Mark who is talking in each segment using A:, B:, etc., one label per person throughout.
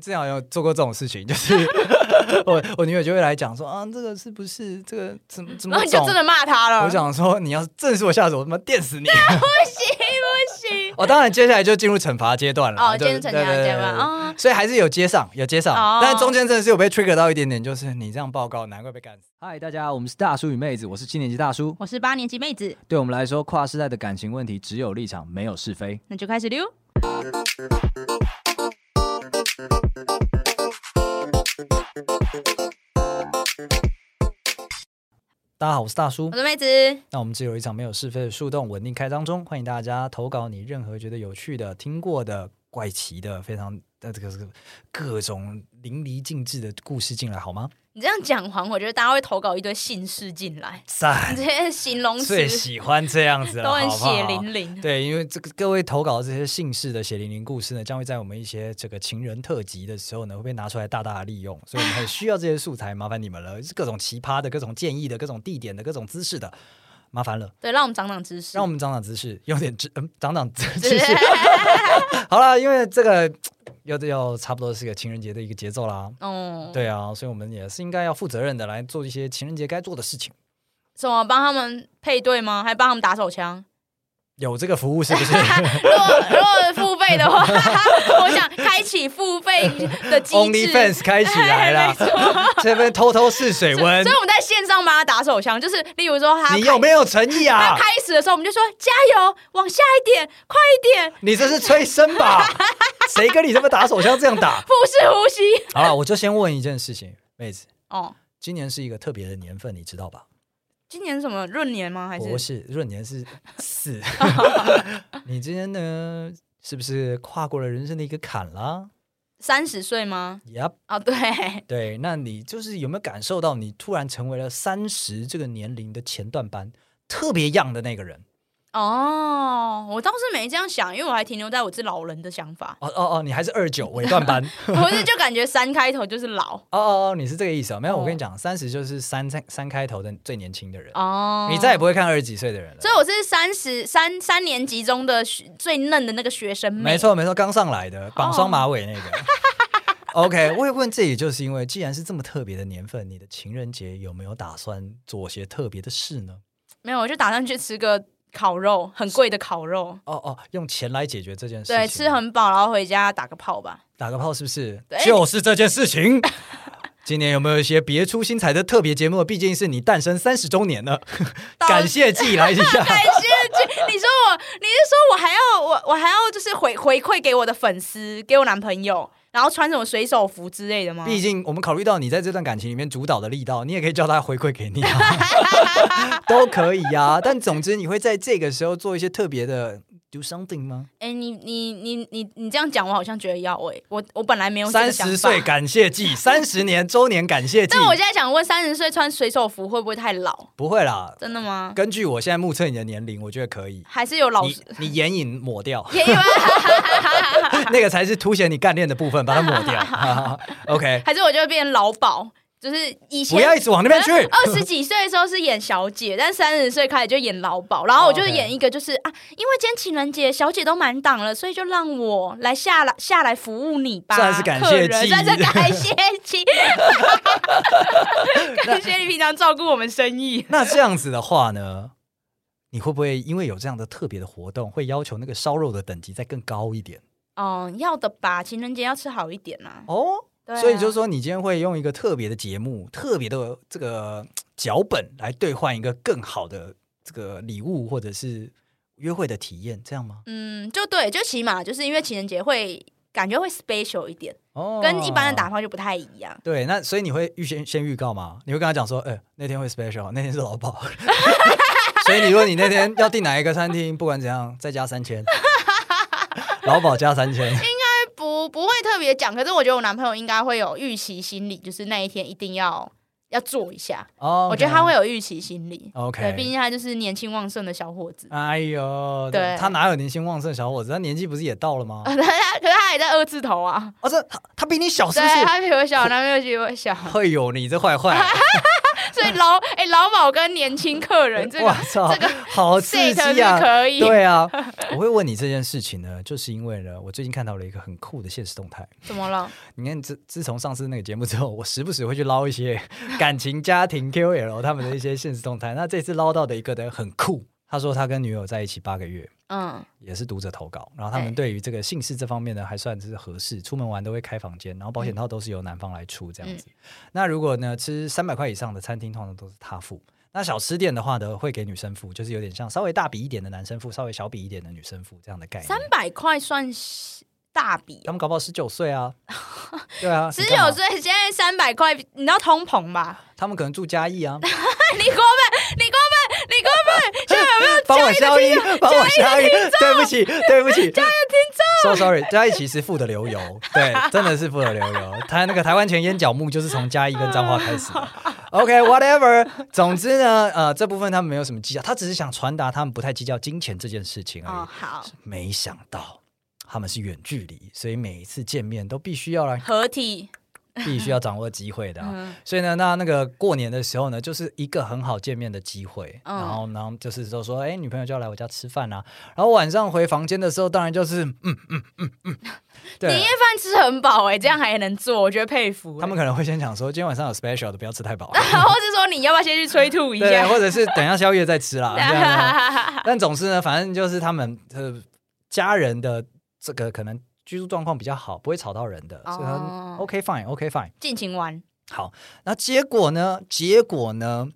A: 之前好像有做过这种事情，就是 我我女友就会来讲说啊，这个是不是这个怎么怎么
B: 然后你就
A: 懂？
B: 真的骂他了，
A: 我想说，你要是正是我下手，我他妈电死你！啊
B: 不行不行，
A: 我、当然接下来就进入惩罚阶段了，
B: 哦，
A: 就
B: 今天成家
A: 对对
B: 这
A: 对
B: 样
A: 对对
B: 啊，
A: 所以还是有接上，有接上，
B: 哦
A: 但是中间真的是有被 trigger 到一点点，就是你这样报告，难怪被干死。嗨，大家，我们是大叔与妹子，我是七年级大叔。
B: 我是八年级妹子，
A: 对我们来说，跨世代的感情问题只有立场，没有是非。
B: 那就开始溜。
A: 大家好，我是大叔
B: 我。是妹子，
A: 那我们只有一场没有是非的树洞，稳定开张中，欢迎大家投稿你任何觉得有趣的、听过的、怪奇的、非常呃这个这个各种淋漓尽致的故事进来好吗？
B: 你这样讲完，我觉得大家会投稿一堆姓氏进来，
A: 赞
B: 你，这些形容词
A: 最喜欢这样子了，
B: 都很
A: 好不好
B: 血淋淋。
A: 对，因为这个各位投稿的这些姓氏的血淋淋故事呢，将会在我们一些这个情人特辑的时候呢，会被拿出来大大的利用，所以我们很需要这些素材，麻烦你们了，各种奇葩的、各种建议的、各种地点的、各种姿势的，麻烦了，
B: 对，让我们长长知识。
A: 让我们长长知识，用点知，嗯，长长知
B: 对
A: 知 识。 好啦，因为这个要要差不多是个情人节的一个节奏啦。
B: 哦，，
A: 对啊，所以我们也是应该要负责任的来做一些情人节该做的事情。
B: 什么帮他们配对吗？还帮他们打手枪？
A: 有这个服务是 不是？
B: 如果如果付费的话，我想开启付费的机
A: Only
B: 制。
A: Fans 开起来 了，这边偷偷试水温
B: 所以，我们在线上帮他打手枪，就是例如说他
A: 你
B: 开
A: 有没有诚意
B: 他
A: 啊？
B: 开始的时候，我们就说加油，往下一点，快一点，
A: 你这是催生吧？ 谁跟你这么打手枪这样打？
B: 腹式呼吸。
A: 好了，我就先问一件事情，妹子，
B: 哦，
A: 今年是一个特别的年份，你知道吧？
B: 今年什么闰年吗？还
A: 不是，
B: 是
A: 闰年是 四。你今天呢，是不是跨过了人生的一个坎啦
B: 三十岁吗？
A: ？Yep，
B: 哦，对，
A: 对，那你就是有没有感受到，你突然成为了三十这个年龄的前段班特别样的那个人？
B: 哦，我倒是没这样想，因为我还停留在我是老人的想 法，
A: 哦哦哦，你还是二九尾段 班。
B: 我是就感觉三开头就是老
A: 哦哦哦，你是这个意思啊？没有，我跟
B: 哦
A: 你讲，三十就是三三三开头的最年轻的人，
B: 哦，
A: 你再也不会看二十几岁的人了
B: 所。以我是三十三三年级中的学最嫩的那个学生妹，
A: 没，错没错，刚上来
B: 哦
A: 的绑双马尾那个。OK，我也问这里，就是因为既然是这么特别的年份，你的情人节有没有打算做些特别的事呢？
B: 没有，我就打算去吃个烤肉，很贵的烤肉，
A: 哦哦，用钱来解决这件事情，
B: 对，吃很饱，然后回家打个炮吧。
A: 打个炮是不是
B: 对？
A: 就是这件事情。 今年有没有一些别出心裁的特别节目？毕竟是你诞生三十周年了，
B: 到
A: 感谢季来一 下。
B: 感谢君，你说我，你是说我还要我我还要就是回回馈给我的粉丝，给我男朋友，然后穿什么水手服之类的吗？
A: 毕竟我们考虑到你在这段感情里面主导的力道，你也可以叫他回馈给你、啊， 都可以啊。但总之，你会在这个时候做一些特别的 do something 吗？
B: 哎、你你你你你这样讲，我好像觉得要哎、我我本来没有这个
A: 三
B: 想
A: 十
B: 法
A: 岁，感谢季，三十年周年感谢季
B: 但，我现在想问，三十岁穿水手服会不会太老？
A: 不会啦。
B: 真的吗？
A: 根据我现在目测你的年龄，我觉得可以。
B: 还是有老
A: 你你眼影抹掉
B: ，也有，啊
A: 那个才是凸显你干练的部分，把它抹掉。OK，
B: 还是我就会变老鸨，就是以前。
A: 不要一直往那边去
B: 二十几岁的时候是演小姐，但三十岁开始就演老鸨，然后我就
A: OK
B: 演一个就是、啊，因为今天情人节小姐都满档了，所以就让我来下来下来服务你吧。
A: 算是感谢
B: 客人
A: 季
B: 算是感谢 季，感谢你平常照顾我们生意。
A: 那这样子的话呢，你会不会因为有这样的特别的活动，会要求那个烧肉的等级再更高一点？
B: 哦、要的吧，情人节要吃好一点啊。
A: 哦，
B: 对啊
A: 所以就是说，你今天会用一个特别的节目、特别的这个嘖脚本来兑换一个更好的这个礼物或者是约会的体验，这样吗？
B: 嗯，就对，就起码就是因为情人节会感觉会 special 一点，
A: 哦，
B: 嗯跟一般的打。炮就不太一样。
A: 对，那所以你会预先先预告吗？你会跟他讲说，哎、那天会 special，那天是老 鸨。所以你如果你那天要订哪一个餐厅，不管怎样，再加三千，老鸨加三千。
B: 不不会特别讲，可是我觉得我男朋友应该会有预期心理，就是那一天一定要要做一下。
A: 哦，
B: 我觉得他会有预期心理，对，毕
A: OK。
B: 竟他就是年轻旺盛的小伙子。
A: 哎呦，
B: 对
A: 他哪有年轻旺盛小伙子？他年纪不是也到了 吗？
B: 啊，可是他可是他也在二字头啊，
A: 哦，这他他比你小是不哎
B: 对
A: 是？
B: 他比我小，男朋友比我小，
A: 会有你这坏坏，
B: 所所以老哎、老鸨跟年轻 客 人这
A: 哇
B: 个
A: 操，
B: 这个
A: 好刺
B: set
A: 激
B: 是
A: 啊！
B: 可以，
A: 对 啊，我会问你这件事情呢，就是因为呢，我最近看到了一个很酷的现实动态。
B: 怎么了？
A: 你看，自自从上次那个节目之后，我时不时会去捞一些感情、家庭、QL 他们的一些现实动态。那这次捞到的一个呢，很酷，他说他跟女友在一起八个月，
B: 嗯，
A: 也是读者投稿，然后他
B: 哎
A: 们对于这个姓氏这方面呢，还算是合适，出门玩都会开房间，然后
B: 嗯
A: 保险套都是由男方来出这样子。那如果呢吃三百块以上的餐厅，通常都是他付。那小吃店的话呢，会给女生付，就是有点像稍微大笔一点的男生付，稍微小笔一点的女生付这样的概念。
B: 三百块算是大笔哦
A: 他。们搞不好十九岁啊，对啊，
B: 十
A: 你干嘛
B: 九岁，现在三百块，你知道通膨吧？
A: 他们可能住嘉义啊，
B: 你过分，你过分，你过 分！现在有没有
A: 帮我消音，帮我消音，对不起，对不起，嘉义听众，so sorry，嘉义其实付的流油，对，真的是付的流油，台那个台湾前烟角木就是从嘉义跟彰化开始的。OK，whatever，、总之呢，呃，这部分他们没有什么计较，他只是想传达他们不太计较金钱这件事情而已。
B: 哦，好，
A: 没想到他们是远距离，所以每一次见面都必须要来，
B: 合体，
A: 必须要掌握机会的、啊。
B: 嗯，
A: 所以呢，那那个过年的时候呢，就是一个很好见面的机会。
B: 嗯
A: 然后，然后就是就说，哎、女朋友就要来我家吃饭啊。然后晚上回房间的时候，当然就是，嗯嗯嗯嗯，
B: 年
A: 对
B: 夜。饭吃很饱哎，这样还能做，我觉得佩服欸。
A: 他们可能会先讲说，今天晚上有 special 的，不要吃太饱。啊
B: 或是说你要不要先去催吐一
A: 对，
B: 下？
A: 或者是等一下宵夜再吃 啦。这样啊但总之呢，反正就是他们呃家人的这个可能居住状况比较好，不会吵到人的，所以他们
B: 哦
A: OK fine OK fine。
B: 尽情玩，
A: 好，那结果呢？结果呢？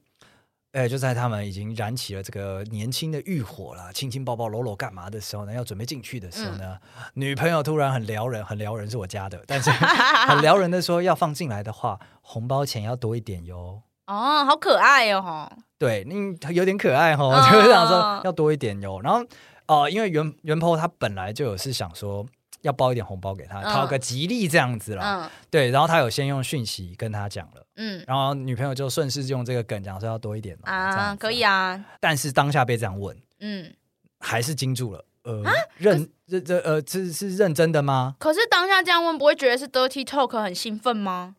A: 哎，就在他们已经燃起了这个年轻的欲火了，亲亲抱抱搂搂干嘛的时候呢？要准备进去的时候呢，
B: 嗯
A: 女朋友突然很撩人，很撩人是我家 的，但是很撩人的说要放进来的话，红包钱要多一点哟。
B: 哦，好可爱哦，吼
A: 对，嗯，有点可爱哦，
B: 嗯
A: 就是想说要多一点哟。然后哦、呃因为袁袁鹏他本来就有是想说要包一点红包给他，
B: 嗯
A: 讨个吉利这样子啦。
B: 嗯
A: 对，啊然后他有先用讯息跟他讲了。
B: 嗯
A: 然后女朋友就顺势用这个梗讲说要多一点、哦、
B: 啊，可以
A: 啊。
B: 啊，
A: 但是当下被这样问，
B: 嗯。
A: 还是惊住了。呃，
B: 啊
A: 认认这呃，这是认真的吗？
B: 可是当下这样问，不会觉得是 dirty talk 很兴 奋吗？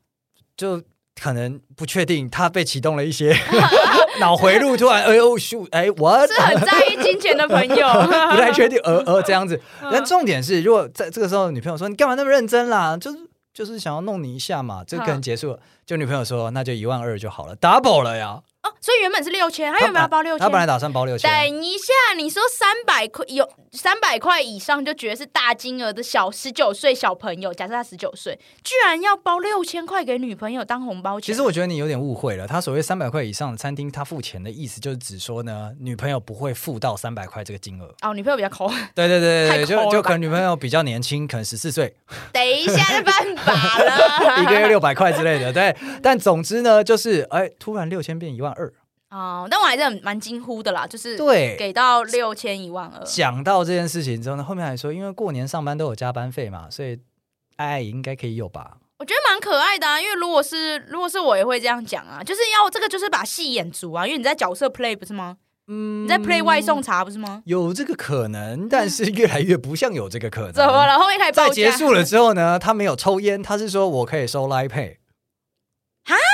A: 就可能不确定，他被启动了一 些脑回路，突然哎呦咻，哎 what？
B: 是啊很在意金钱的朋友，
A: 不太 确定，呃呃这样子。
B: 嗯
A: 但重点是，如果在这个时候，女朋友说你干嘛那么认真啦？就是就是想要弄你一下嘛。这个
B: 嗯
A: 可能结束了，就女朋友说那就一万二就好了，double 了呀。
B: 哦，所以原本是六千，他原本要包六
A: 他
B: 千
A: 本。来打算包六千，
B: 等一下，你说三百块有三百块以上就觉得是大金额的小十九岁小朋友，假设他十九岁，居然要包六千块给女朋友当红包
A: 其
B: 钱，
A: 实我觉得你有点误会了。他所谓三百块以上的餐厅，他付钱的意思就是指说呢，女朋友不会付到三百块这个金额。
B: 哦，女朋友比 较抠。
A: 对对对对，
B: 太抠
A: 就
B: 了
A: 就
B: 吧
A: 可能女朋友比较年轻，可能十四岁，
B: 等一下就犯法 了。
A: 一个月六百块之类的。对，但总之呢，就是哎，突然六千变一万二。
B: 哦，但我还是很蛮惊呼的啦，就是
A: 对，
B: 给到六千一万二。
A: 讲到这件事情之后呢，后面还说，因为过年上班都有加班费嘛，所以爱爱应该可以有吧？
B: 我觉得蛮可爱的啊，因为如果是如果是我也会这样讲啊，就是要这个就是把戏演足啊，因为你在角色 play 不是吗？
A: 嗯，
B: 你在 play 外送茶不是吗？
A: 有这个可能，但是越来越不像有这个可能。
B: 怎么了？后面开始报
A: 嗯在
B: 价
A: 结束了之后呢，他没有抽烟，他是说我可以收 Line Pay。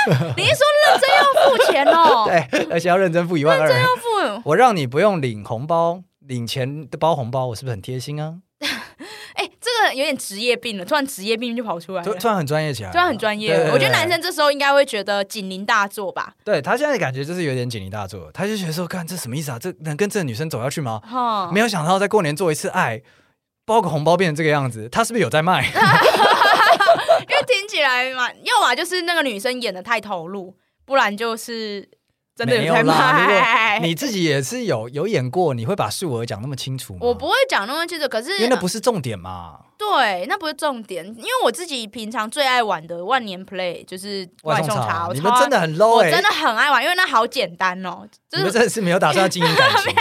B: 你是说认真要付钱哦？
A: 对，而且要认真付一万二。
B: 要付。
A: 我让你不用领红包，领钱的包红包，我是不是很贴心啊？
B: 哎、这个有点职业病了，突然职业病就跑出来
A: 突
B: 了。
A: 突然很专业起来了，
B: 突然很专业
A: 对
B: 了，我觉得男，生这时候应该会觉得警铃大作吧，
A: 对对对对他现在感觉就是有点警铃大作，他就觉得说，看这什么意思啊？这能跟这个女生走下去吗？
B: 哈，
A: 没有想到在过年做一次爱，包个红包变成这个样子，他是不是有在卖？
B: 因为听起来嘛，要么就是那个女生演的太投入，不然就是 真的
A: 没
B: 在
A: 有啦，如
B: 卖。
A: 果你自己也是有有演过，你会把数额讲那么清楚吗？
B: 我不，会讲那么清楚，可是
A: 因为那不是重点嘛。
B: 对，那不是重点，因为我自己平常最爱玩的万年 play 就是
A: 外
B: 送
A: 送
B: 茶，
A: 茶，
B: 我
A: 你
B: 超
A: 们真的很
B: 我
A: low 哎、
B: 真的很爱玩，因为那好简单哦，
A: 你
B: 就是
A: 们真的是没有打算要经营感情。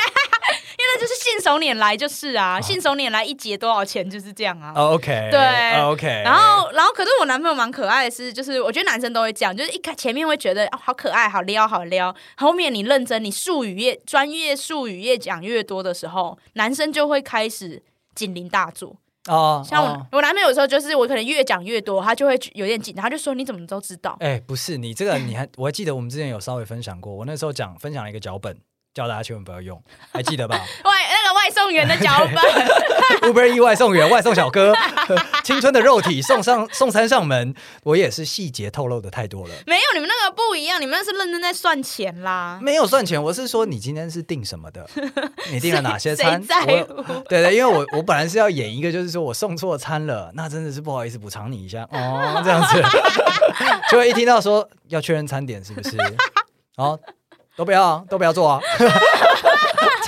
B: 因为那就是信手拈来就是啊，信手拈来一节多少钱就是这样啊。
A: 哦 OK，
B: 对
A: 哦 OK。
B: 然后，然后，可是我男朋友蛮可爱的是，就是我觉得男生都会这样，就是一开前面会觉得哦好可爱，好撩，好撩，后面你认真，你术语越专业术语越讲越多的时候，男生就会开始警铃大作，
A: 啊，
B: 像我、
A: 哦
B: 我男朋友有时候就是我可能越讲越多，他就会有点紧张，他就说你怎么都知道？
A: 哎、不是你这个，你还我还记得我们之前有稍微分享过，我那时候讲分享了一个脚本，叫大家千万不要用，还记得吧
B: 外那个外送员的脚 本，
A: ？Uber E 外送员、外送小哥， 青春的肉体送上送餐上门，我也是细节透露的太多了。
B: 没有你们那个不一样，你们那是认真在算钱啦。
A: 没有算钱，我是说你今天是订什么 的，你订了哪些
B: 谁
A: 餐？
B: 在
A: 我
B: 乎？
A: 对对，因为我我本来是要演一个，就是说我送错餐了，那真的是不好意思补偿你一下哦，这样子， 就会一听到说要确认餐点是不是，哦，都不要啊都不要做啊，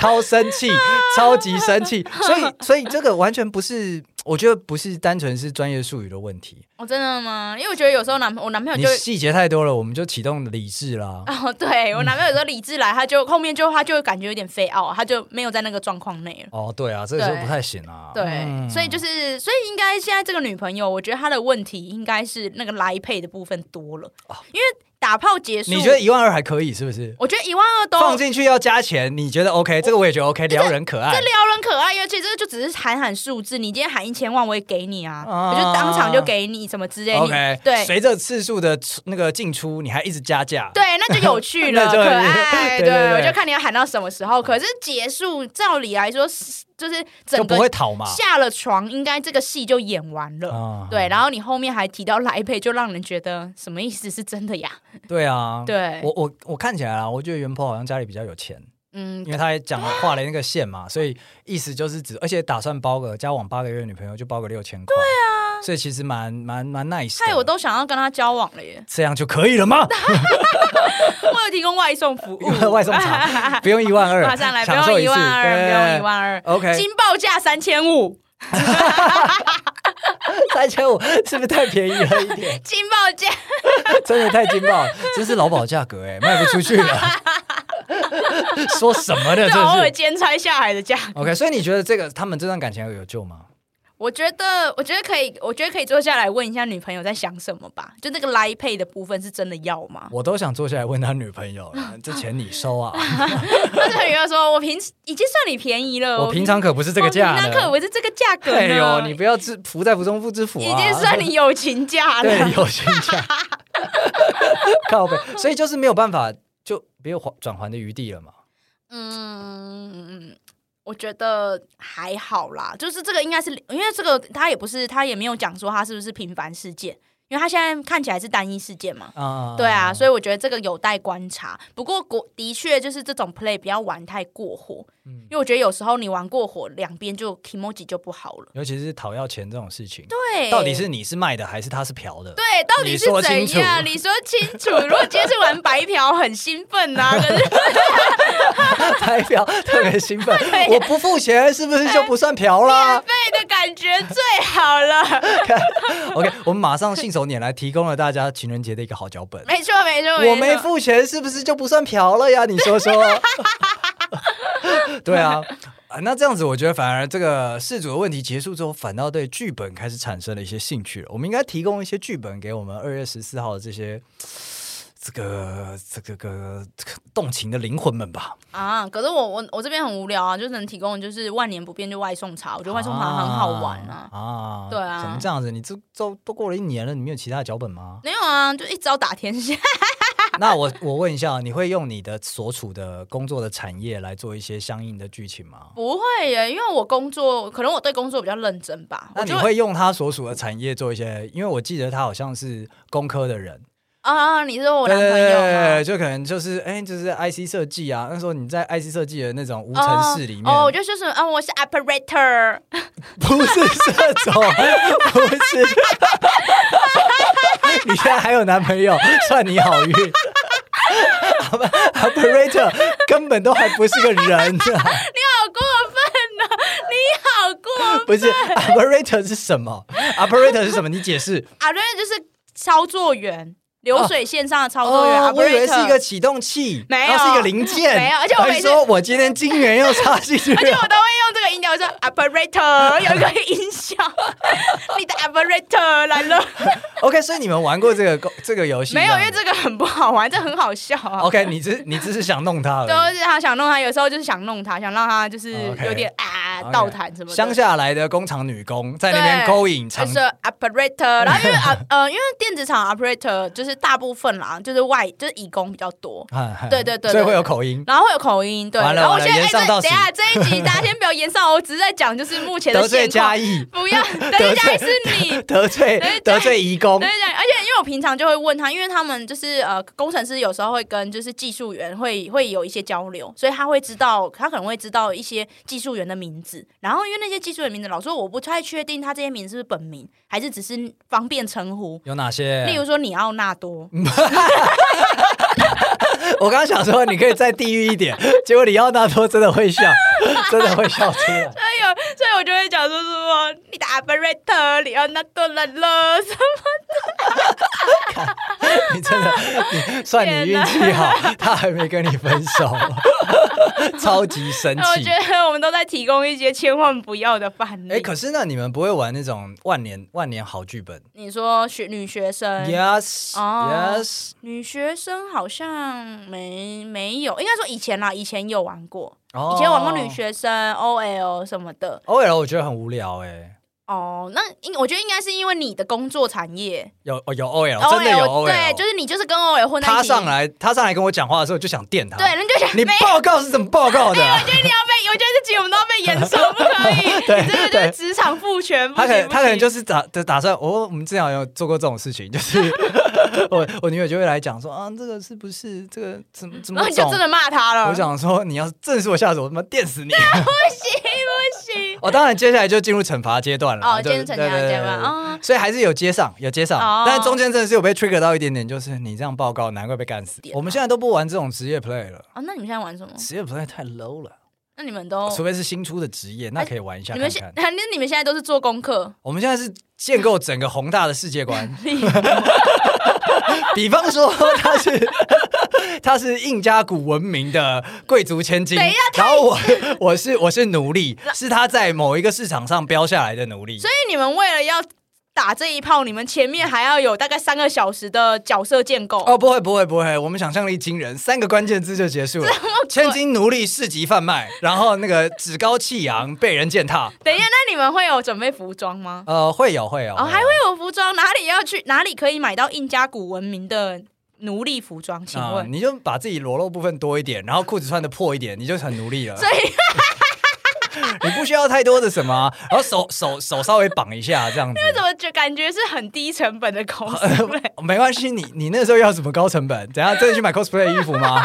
A: 超生气，超级生气，所以所以这个完全不是，我觉得不是单纯是专业术语的问题，
B: 哦，真的吗？因为我觉得有时候男朋我男朋友
A: 你
B: 就
A: 细节太多了，我们就启动理智啦。
B: 哦，对我男朋友有时候理智来，他就后面就他就会感觉有点飞傲，他就没有在那个状况内了。
A: 哦，对啊，这个就
B: 对
A: 不太行啊。
B: 对，
A: 嗯
B: 所以就是，所以应该现在这个女朋友，我觉得她的问题应该是那个来配的部分多了，因为打炮结束，
A: 哦你觉得一万二还可以是不是？
B: 我觉得一万二都
A: 放进去要加钱，你觉得 OK？这个我也觉得 OK，撩人可
B: 这
A: 爱。
B: 撩人可爱，尤其这就只是喊喊数字，你今天喊一千万我也给你啊，
A: 啊
B: 我就当场就给你什么之类的
A: OK，
B: 对
A: 随着次数的出那个进出，你还一直加价，
B: 对，那就 有趣了，
A: 那就
B: 可爱，
A: 对对对
B: 我就看你要喊到什么时候。可是结束，照理来说是就是
A: 就
B: 整
A: 不
B: 个
A: 会讨嘛。
B: 下了床，应该这个戏就演完了。
A: 啊
B: 对，然后你后面还提到来配，就让人觉得什么意思是真的 呀？
A: 对啊，
B: 对，
A: 我我我看起来啊，我觉得袁坡好像家里比较有钱，
B: 嗯
A: 因，为他也讲了画了那个线嘛，所以意思就是指，而且打算包个交往八个月的女朋友就包个六千块，对啊，所以其实蛮蛮蛮 nice，的！
B: 害我都想要跟他交往了耶
A: 这样就可以了 吗？
B: 我有提供外送服务，
A: 外送茶不用一 万二，
B: 马上来，不
A: 享受
B: 用一
A: 一次
B: 万二，不用一万二，
A: ，OK，
B: 金报价三千五，
A: 三千五是不是太便宜了一点？
B: 金报价
A: 真的太劲爆了，这是劳保价格哎、卖不出去了。 说什么呢？
B: 是
A: 这
B: 偶尔
A: 是
B: 兼差下来的价格
A: OK。所以你觉得这个他们这段感情有救吗？
B: 我觉得，我觉得可以，我觉得可以坐下来问一下女朋友在想什么吧。就那个来配的部分是真的要 吗？
A: 我都想坐下来问他女朋友 了，这钱你收啊？
B: 但是女朋友说，我平时已经算你便宜了，
A: 我平常可不是这个价
B: 我哦平常可
A: 的。
B: 不是这个价格呢，
A: 哎呦，你不要自福在福中不知福啊！
B: 已经算哎你友情价
A: 对
B: 了。
A: 有性 价靠背，所以就是没有办法，就没有还转还的余地了嘛。
B: 嗯，我觉得还好啦，就是这个应该是因为这个他也不是他也没有讲说他是不是频繁事件，因为他现在看起来是单一事件嘛。
A: 啊、
B: 对啊，所以我觉得这个有待观察。不过国的确就是这种 play 不要玩太过火，
A: 嗯
B: 因为我觉得有时候你玩过火，两边就 emoji 就不好了。
A: 尤其是讨要钱这种事情，
B: 对，
A: 到底是你是卖的还是他是嫖的？
B: 哎对，啊到底是
A: 你说清
B: 怎
A: 楚
B: 样？你说清楚。如果今天是玩白嫖，很兴奋呐、可是
A: 拍嫖特别兴奋
B: 对，啊
A: 我不付钱是不是就不算嫖啦
B: 被的感觉最好了。
A: ？OK，我们马上信手拈来提供了大家情人节的一个好脚本。
B: 没错，没错，
A: 我没
B: 错。
A: 付钱是不是就不算嫖了呀？你说 说。对啊，啊那这样子，我觉得反而这个事主的问题结束之后，反倒对剧本开始产生了一些兴趣了。我们应该提供一些剧本给我们二月十四号的这些。这个这个个这个动情的灵魂们吧，
B: 啊，可是我我我这边很无聊啊，就能提供的就是万年不变就外送茶，我觉得外送茶很好玩啊。
A: 啊！
B: 对啊
A: 怎么这样子？你这都都过了一年了，你没有其他的脚本吗？
B: 没有啊，就一招打天下。
A: 那我我问一下，你会用你的所处的工作的产业来做一些相应的剧情吗？
B: 不会耶，因为我工作，可能我对工作比较认真吧。
A: 那
B: 我
A: 你
B: 就
A: 会用他所属的产业做一些？因为我记得他好像是工科的人，
B: 啊，你是说我
A: 对
B: 男
A: 对
B: 朋
A: 对
B: 友
A: 对对
B: 吗？
A: 就可能就是哎，就是 IC 设计啊。那时候你在 IC 设计的那种无
B: 哦
A: 尘室里面，
B: 哦，我就说什么啊，我是 operator，
A: 不是这 种，不是。 你现在还有男朋友，算你好运。Operator 根本都还不是个人啊！
B: 好过分呐、你好过
A: 不是 operator 是什么？operator 是什么？你解释。
B: 啊，对，就是操作员，流水线上的操作员、
A: 哦，我以
B: operator，
A: 为是一个启动器，
B: 没有
A: 然后是一个零件，
B: 没有而且我每
A: 还
B: 次
A: 说我今天晶圆又插进去
B: 而且
A: 了。
B: 我都会用这个音调，我说 operator 有一个音效，你的 operator 来了，
A: OK，所以你们玩过这个公这个游戏吗？
B: 没有，因为这个很不好玩，这很好笑啊。
A: OK，你只你只是想弄它而已。
B: 就是他想弄他，有时候就是想弄他，想让他就是有点啊啊、
A: 哦 OK
B: 倒谈什么的
A: 乡下来的工厂女工在那边
B: 对
A: 勾引
B: 就
A: 厂
B: 是 operator，然后 因为啊呃，因为电子厂 operator 就是大部分啦，就是外就是义工比较多，
A: 啊
B: 对对对对
A: 所以会有口音。
B: 然后会有口音，对。
A: 完了
B: 然后我
A: 完了
B: 现在哎
A: 延上
B: 这
A: 到
B: 等一下这一集大家先不要延上，我只是在讲就是目前
A: 得
B: 的
A: 罪
B: 现
A: 嘉
B: 况。
A: 义，
B: 不要，等一下是你，
A: 得 罪
B: 得罪
A: 得罪移工
B: 对，对，而且因为我平常就会问他，因为他们就是呃，工程师有时候会跟就是技术员会会有一些交流，所以他会知道，他可能会知道一些技术员的名字。然后因为那些技术员名字，老师我不太确定他这些名字是不是本名，还是只是方便称呼。
A: 有哪
B: 例
A: 些
B: 如？说里奥纳多，
A: 嗯我刚刚想说你可以再地狱一 点，结果里奥纳多真的会笑，真的会笑出来。
B: 哎呦，所以我就会讲说什么你的 operator 里奥纳多来了，
A: 你真的，你算你运气好，他还没跟你分 手，超级生
B: 我
A: 气
B: 觉。得我们都在提供一些千万不要的范例。
A: 哎，可是那你们不会玩那种万年万年好剧本
B: 你说学女学生
A: ？Yes,
B: 呃哦
A: yes。
B: 女学生好像没没有，应该说以前啦，以前有玩过，
A: 哦
B: 以前有玩过女学生、OL 什么的。
A: ，OL 我觉得很无聊哎。
B: 哦，那应我觉得应该是因为你的工作产业
A: 有哦有 OL，真的有
B: OL 对，就
A: OL。
B: 是你就是跟 OL 混在一
A: 他
B: 起，
A: 上来，他上来跟我讲话的时候就想电他。
B: 对，，人就想
A: 你
B: 没。
A: 报告是怎么报告的？啊
B: 我觉得你要被，我觉得这集我们都要被严肃，不可以。
A: 对
B: 你这个就是
A: 对
B: 职场父权，不
A: 他可
B: 行
A: 能
B: 不
A: 他可能
B: 行
A: 就是打打打算，哦我、我们之前有做过这种事情，就是 我我女友就会来讲说啊，这个是不是这个怎么怎么
B: 然后你就
A: 懂
B: 真？的骂他了，
A: 我想说，你要是正是我下手，我他妈电死你！啊
B: 不行不行。
A: 我、当然接下来就进入惩罚阶段了，
B: 哦，
A: 对
B: 今天成
A: 对
B: 家
A: 对
B: 这
A: 对
B: 样
A: 对对
B: 啊，哦
A: 所以还是有接上，有接上，
B: 哦
A: 但中间真的是有被 trigger 到一点点，就是你这样报告，难怪被干死
B: 点。啊
A: 我们现在都不玩这种职业 play 了，
B: 哦，那你们现在玩什么？
A: 职业 play 太 low 了，
B: 那你们都
A: 除非是新出的职业，那可以玩一下
B: 哎你
A: 看
B: 们现
A: 看。
B: 那你们现在都是做功课，
A: 我们现在是建构整个宏大的世界 观，比方说他是 他是印加古文明的贵族千金
B: 等一下，
A: 然后我我是我是奴隶，是他在某一个市场上标下来的奴隶
B: 所。以你们为了要打这一炮，你们前面还要有大概三个小时的角色建构。
A: 哦，不会不会不会，我们想象力惊人，三个关键字就结 束了。千金奴隶市集贩卖，然后那个趾高气扬被人践踏。
B: 等一下，那你们会有准备服装吗？
A: 呃，会有会有，
B: 哦，还会有服装，哪里要去？哪里可以买到印加古文明的奴隶服装？请
A: 啊、
B: 问，
A: 你就把自己裸露部分多一点，然后裤子穿的破一点，你就很努力了。
B: 所以
A: 你不需要太多的什么啊、然后手手手稍微绑一下这样子。
B: 怎么就感觉是很低成本的公 司？欸
A: 没关系，你你那时候要什么高成本？怎样真的去买 cosplay 的衣服吗？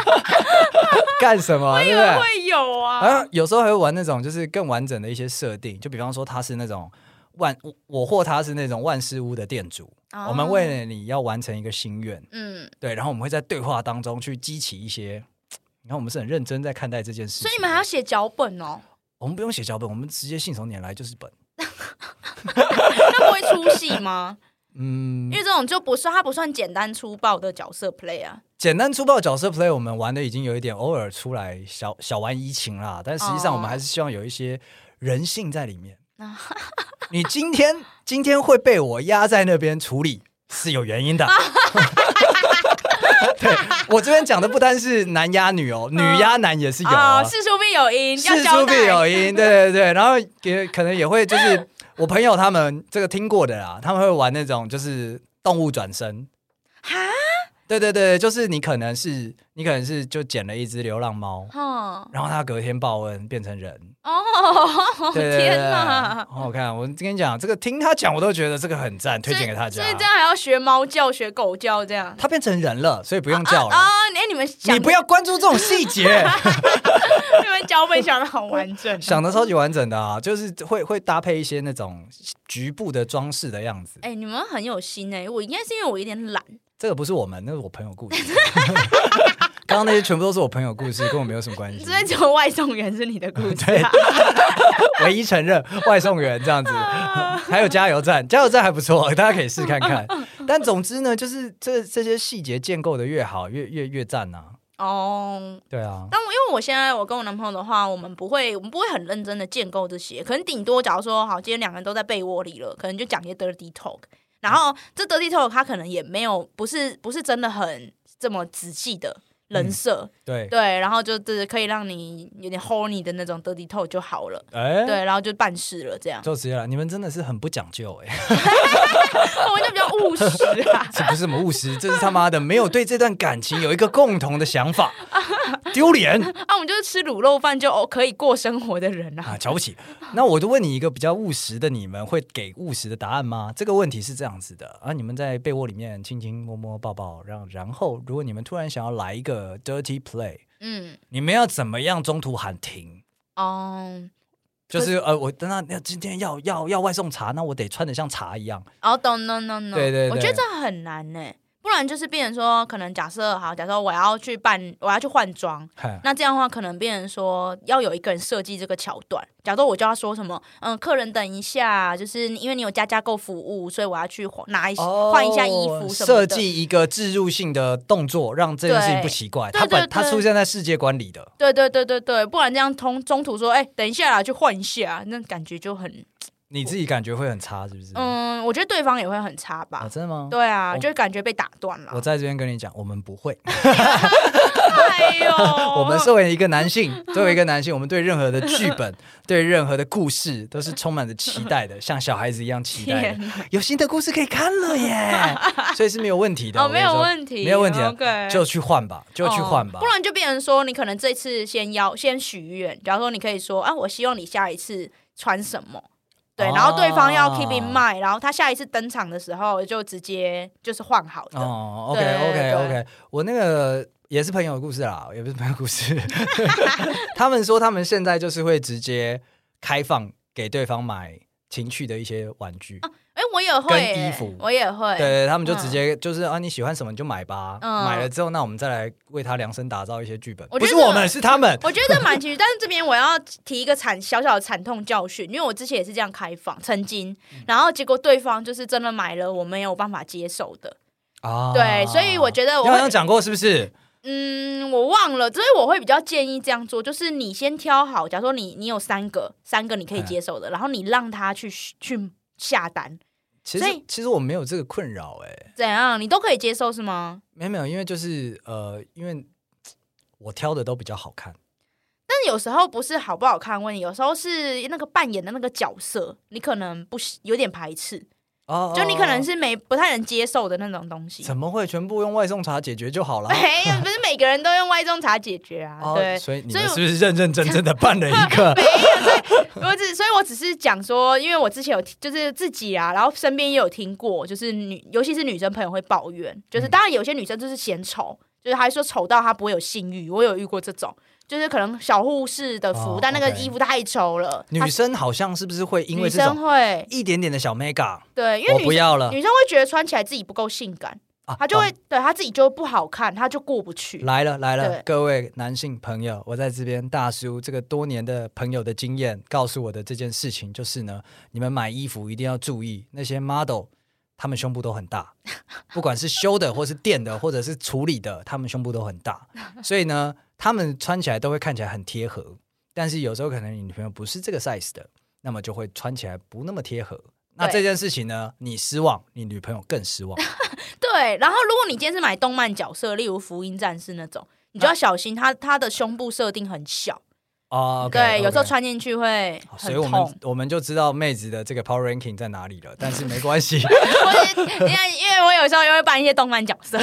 A: 干什么？对
B: 因
A: 不
B: 为
A: 对？
B: 会有
A: 啊
B: 啊，，
A: 有时候还会玩那种就是更完整的一些设定，就比方说他是那种万我我或他是那种万事屋的店主，
B: 哦
A: 哎我们为了你要完成一个心愿，
B: 嗯，
A: 对，然后我们会在对话当中去激起一些，你看我们是很认真在看待这件事情的，
B: 所以你们还要写脚本哦，
A: 我们不用写脚本，我们直接信手拈来就是本，
B: 那不会出戏 吗？
A: 嗯
B: 因，为这种就不算，它不算简单粗暴的角色 play 啊。
A: 简单粗暴角色 play，我们玩的已经有一点偶尔出来小小玩怡情啦，但实际上
B: 哦
A: 我们还是希望有一些人性在里面。你今天今天会被我压在那边处理是有原因的。 对我这边讲的不单是男压女哦，女压男也是有、
B: 啊，
A: 哦，
B: 事出必有因，要
A: 事
B: 交
A: 出必
B: 代。
A: 有因，对对对，然后也可能也会就是我朋友他们这个听过的啦，他们会玩那种就是动物转身，
B: 哈，
A: 对对对，就是你可能是你可能是就捡了一只流浪猫，
B: 哦
A: 然后它隔天报恩变成人。
B: 哦，
A: 对对对
B: 天
A: 哪
B: 哪！！
A: 好好看，我跟你讲，这个听他讲我都觉得这个很赞，推荐给大家
B: 所以所以。这样还要学猫叫、学狗叫这样。
A: 他变成人了，所以不用叫了。
B: 啊！哎，你们想
A: 你不要关注这种细节，。
B: 你们脚本想的好完整 啊
A: 想的超级完整的啊，就是会会搭配一些那种局部的装饰的样子。
B: 哎，你们很有心哎！我应该是因为我有点懒，
A: 这个不是我们，那是我朋友故事。 刚刚那些全部都是我朋友故事，跟我没有什么关系
B: 所。以只有外送员是你的故事 啊。
A: 唯一承认外送员这样子，还有加油站，加油站还不错，大家可以试看看。但总之呢，就是这这些细节建构的越好，越越越赞呐、
B: 哦，
A: 对啊，
B: 但我因为我现在我跟我男朋友的话，我们不会，我们不会很认真的建构这些，可能顶多假如说好，今天两个人都在被窝里了，可能就讲一些 dirty talk。然后这 dirty talk 他可能也没有，不是不是真的很这么仔细的
A: 嗯
B: 人设，
A: 对，
B: 对，然后就是可以让你有点 horny 的那种 dirty toe 就好了，
A: 哎、
B: 对，然后就办事了这样，
A: 就直接来，你们真的是很不讲究哎、。
B: 我就比较务实啊
A: 这不是什么务实，这是他妈的没有对这段感情有一个共同的想法，丢脸
B: 啊，我们就是吃卤肉饭就哦可以过生活的人啊。
A: 啊，瞧不起。那我就问你一个比较务实的，你们会给务实的答案吗？这个问题是这样子的啊，你们在被窝里面亲亲摸摸抱抱，然后然后如果你们突然想要来一个 dirty play，
B: 嗯，
A: 你们要怎么样中途喊停？
B: 哦，
A: 就是呃，我等那那今天要要要外送茶，那我得穿的像茶一样。
B: 哦，懂，no no no，
A: 对对对
B: 我觉得这很难呢，不然就是变成说，可能假设好，假设我要去办，我要去换装，
A: 嗨
B: 那这样的话，可能变成说要有一个人设计这个桥段。假如我叫他说什么，嗯，客人等一下，就是因为你有加价购服务，所以我要去换拿一
A: 哦
B: 换一下衣服什么
A: 设
B: 的。
A: 计一个置入性的动作，让这件事情不奇怪。
B: 对
A: 它本
B: 对对
A: 它出现在世界观里的，
B: 对对对对对，不然这样通中途说，哎、等一下啦，去换一下，啊那感觉就很，
A: 你自己感觉会很差，是不是？
B: 嗯，我觉得对方也会很差吧。
A: 啊，真的吗？
B: 对啊，
A: 我
B: 就感觉被打断了
A: 我。在这边跟你讲，我们不会。
B: 哎呦，
A: 我们作为一个男性，作为一个男性，我们对任何的剧本、对任何的故事都是充满着期待的，像小孩子一样期待
B: 天
A: 的。有新的故事可以看了耶，所以是没有问题的。
B: 哦，
A: 我跟
B: 没
A: 你说
B: 有问题，
A: 没有问题的，
B: OK
A: 就去换吧，就去换吧
B: 哦不。然就变成说，你可能这次先邀先许愿，假如说你可以说啊，我希望你下一次穿什么。对，
A: 哦
B: 然后对方要 keep in mind，、然后他下一次登场的时候就直接就是换好的。
A: 哦
B: 对
A: ，OK
B: 对
A: OK OK，我那个也是朋友的故事啦，也不是朋友故事。 他们说他们现在就是会直接开放给对方买情趣的一些玩具，
B: 哎、我也会、
A: 跟衣
B: 哎
A: 服
B: 我也会。
A: 对，他们就直接就是啊，你喜欢什么你就买吧，
B: 嗯
A: 买了之后，那我们再来为他量身打造一些剧本，
B: 我
A: 不
B: 觉
A: 是
B: 得
A: 我们，是他们。
B: 我觉得这蛮 情绪，但是这边我要提一个惨小小的惨痛教训，因为我之前也是这样开放，曾经，
A: 嗯
B: 然后结果对方就是真的买了我没有办法接受的，
A: 啊
B: 对，所以我觉得
A: 你
B: 我
A: 好
B: 会
A: 像讲过是不是？
B: 嗯，我忘了，所以我会比较建议这样做，就是你先挑好，假如说你你有三个，三个你可以接受的，然后你让他去去下单，
A: 其实
B: 所以
A: 其实我没有这个困扰哎、
B: 怎样你都可以接受是吗？
A: 没有没有，因为就是呃，因为我挑的都比较好看，
B: 但有时候不是好不好看的问题，有时候是那个扮演的那个角色，你可能不喜有点排斥，
A: 哦
B: 就你可能
A: 是
B: 是没不太能接受的那种东西。
A: 怎么会全部用外送茶解决就好了？
B: 没有，不是每个人都用外送茶解决啊，
A: 哦
B: 对，
A: 所以你
B: 所
A: 们
B: 以我
A: 是不是认认真真的办了一 个
B: 我只，所以我只是讲说，因为我之前有听就是自己啊，然后身边也有听过，就是女，尤其是女生朋友会抱怨，就是
A: 嗯
B: 当然有些女生就是嫌丑，就是还说丑到她不会有性欲，我有遇过这种，就是可能小护士的服，
A: 哦
B: 但那个
A: OK
B: 衣服太丑了，她
A: 女生好像是不是会因为
B: 女
A: 这
B: 生
A: 种
B: 会
A: 一点点的小 mega，
B: 对，因为
A: 我
B: 女
A: 不要了
B: 女生会觉得穿起来自己不够性感，
A: 啊，
B: 她就
A: 懂
B: 会、对她自己就不好看，她就过不去。
A: 来了来了
B: 对，
A: 各位男性朋友，我在这边大叔这个多年的朋友的经验告诉我的这件事情就是呢，你们买衣服一定要注意那些 model。他们胸部都很 大，不管是修的，或是垫的，或者是处理的，他们胸部都很 大，所以呢，他们穿起来都会看起来很贴合。但是有时候可能你女朋友不是这个 size 的，那么就会穿起来不那么贴合。那
B: 对
A: 这件事情呢，你失望，你女朋友更失 望。
B: 对，然后如果你今天是买动漫角色，例如福音战士那种，你就要小心她她的胸部设定很小。
A: 哦，OK，OK，
B: 对，有时候穿进去会
A: 所
B: 很
A: 以我
B: 痛
A: 们。我们就知道妹子的这个 power ranking 在哪里了，但是没关系
B: 我因为因为我有时候也会扮一些动漫角 色，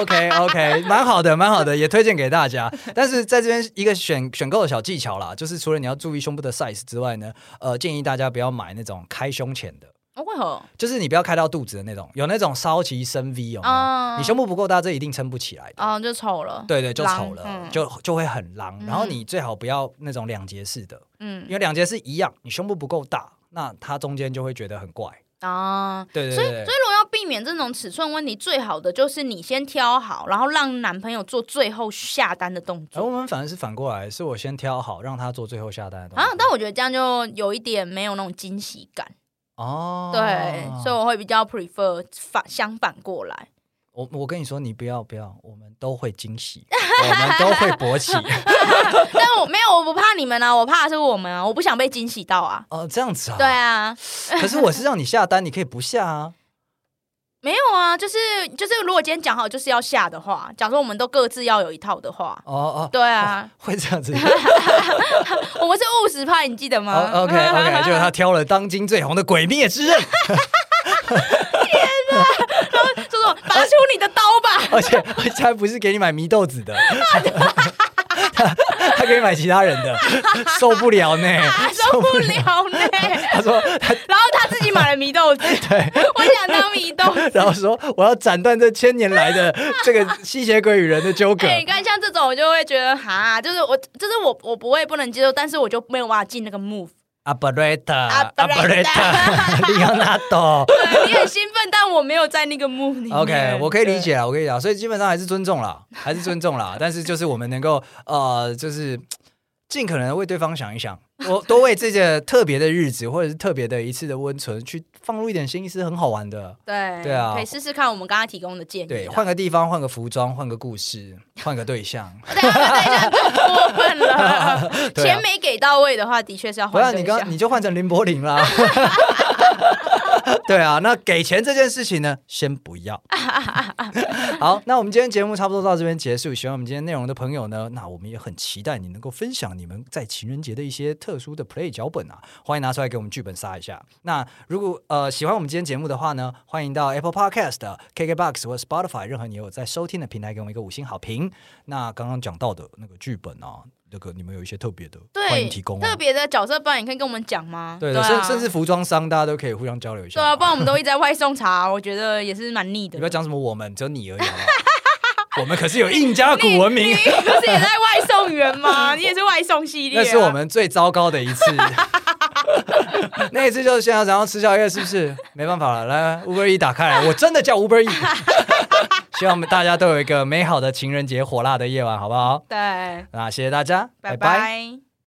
A: ，OK OK，蛮好的，蛮好的，也推荐给大家。但是在这边一个选选购的小技巧啦，就是除了你要注意胸部的 size 之外呢，呃，建议大家不要买那种开胸前的，
B: 哦为何？
A: 就是你不要开到肚子的那种，有那种稍其深 V 有没有？
B: 哦
A: 你胸部不够大，这一定撑不起来的。
B: 哦，就丑了。
A: 对对，就丑
B: 狼
A: 了，
B: 嗯
A: 就就会很狼。
B: 嗯
A: 然后你最好不要那种两节式的，因
B: 嗯
A: 为两节式一样，你胸部不够大，那它中间就会觉得很怪。
B: 啊，
A: 对对
B: 所以
A: 对对
B: 所以如果要避免这种尺寸问题，最好的就是你先挑好，然后让男朋友做最后下单的动
A: 哎而我
B: 作。
A: 们反而是反过来，是我先挑好，让他做最后下单的东西
B: 啊，但我觉得这样就有一点没有那种惊喜感，
A: 哦，
B: 对，所以我会比较 prefer 反相反过来。
A: 我我跟你说，你不要不要，我们都会惊喜，我们都会勃 起。
B: 但我没有，我不怕你们啊，我怕的是我们啊，我不想被惊喜到啊。
A: 哦，这样子啊？
B: 对。啊，
A: 可是我是让你下单，你可以不下啊。
B: 没有啊，呃，就是就是，如果今天讲好就是要下的话，假如说我们都各自要有一套的话，
A: 哦哦，
B: 对 啊，
A: 会这样子。
B: 我们是务实派，你记得吗、
A: 哦、OK OK，就是他挑了当今最红的《鬼灭之刃》，
B: 就说拔出你的刀 吧，
A: 而且而且他不是给你买祢豆子 的，他他 给你买其他人的，受不了呢。
B: 受不了 呢。
A: 他说他
B: 然后他自己买了祢豆 子，
A: 对，
B: 我想当祢豆 子。
A: 然后说我要斩断这千年来 的这个吸血鬼与人的纠葛。
B: 哎、你看像这种，我就会觉得哈，就是我，就是我，我不会不能接受，但是我就没有办法进那个 move。
A: Operator，Operator，
B: Operator
A: 里奥纳多。
B: 对你很兴奋，但我没有在那个 move 里面。
A: OK，我可以理
B: 嗯对。
A: 解啊，我可以理解啊，所以基本上还是尊重啦，还是尊重啦。但是就是我们能够呃，就是尽可能为对方想一想，我多为这个特别的日子或者是特别的一次的温存去放入一点心思，很好玩的。
B: 对
A: 对啊
B: 可以试试看我们刚刚提供的建议啦。
A: 对，换个地方，换个服装，换个故事，换个对象。
B: 对啊，对啊，就过分了。
A: 对啊
B: 钱没给到位的话，的确是要
A: 不要
B: 换对
A: 你
B: 象。
A: 刚你就换成林柏林 啦。对啊，那给钱这件事情呢，先不 要。好，那我们今天节目差不多到这边结束。喜欢我们今天内容的朋友呢，那我们也很期待你能够分享你们在情人节的一些特殊的 play 脚本啊，欢迎拿出来给我们剧本杀一下。那如果呃喜欢我们今天节目的话呢，欢迎到 Apple Podcast、KKBox 或 Spotify 任何你有在收听的平台给我们一个五星好评。那刚刚讲到的那个剧本啊，那个你们有一些特别的，欢迎
B: 对
A: 提供、哦。
B: 特别的角色扮演，可以跟我们讲吗？
A: 对
B: 对
A: 的，
B: 啊，
A: 甚、甚至服装商，大家都可以互相交流一下。
B: 对啊，不然我们都一直在外送茶，我觉得也是蛮腻的
A: 你不。要讲什么我们，只有你而已好 不好。我们可是有印加古文
B: 你
A: 明，
B: 不是也在外送员吗？你也是外送系列 啊、
A: 那是我们最糟糕的一 次。那一次就是现在然后吃宵夜，是不是？没办法了，来 Uber E 打开来，我真的叫 Uber E。希望我们大家都有一个美好的情人节火辣的夜晚，好不好？
B: 对，
A: 那谢谢大家，
B: 拜
A: 拜拜
B: 拜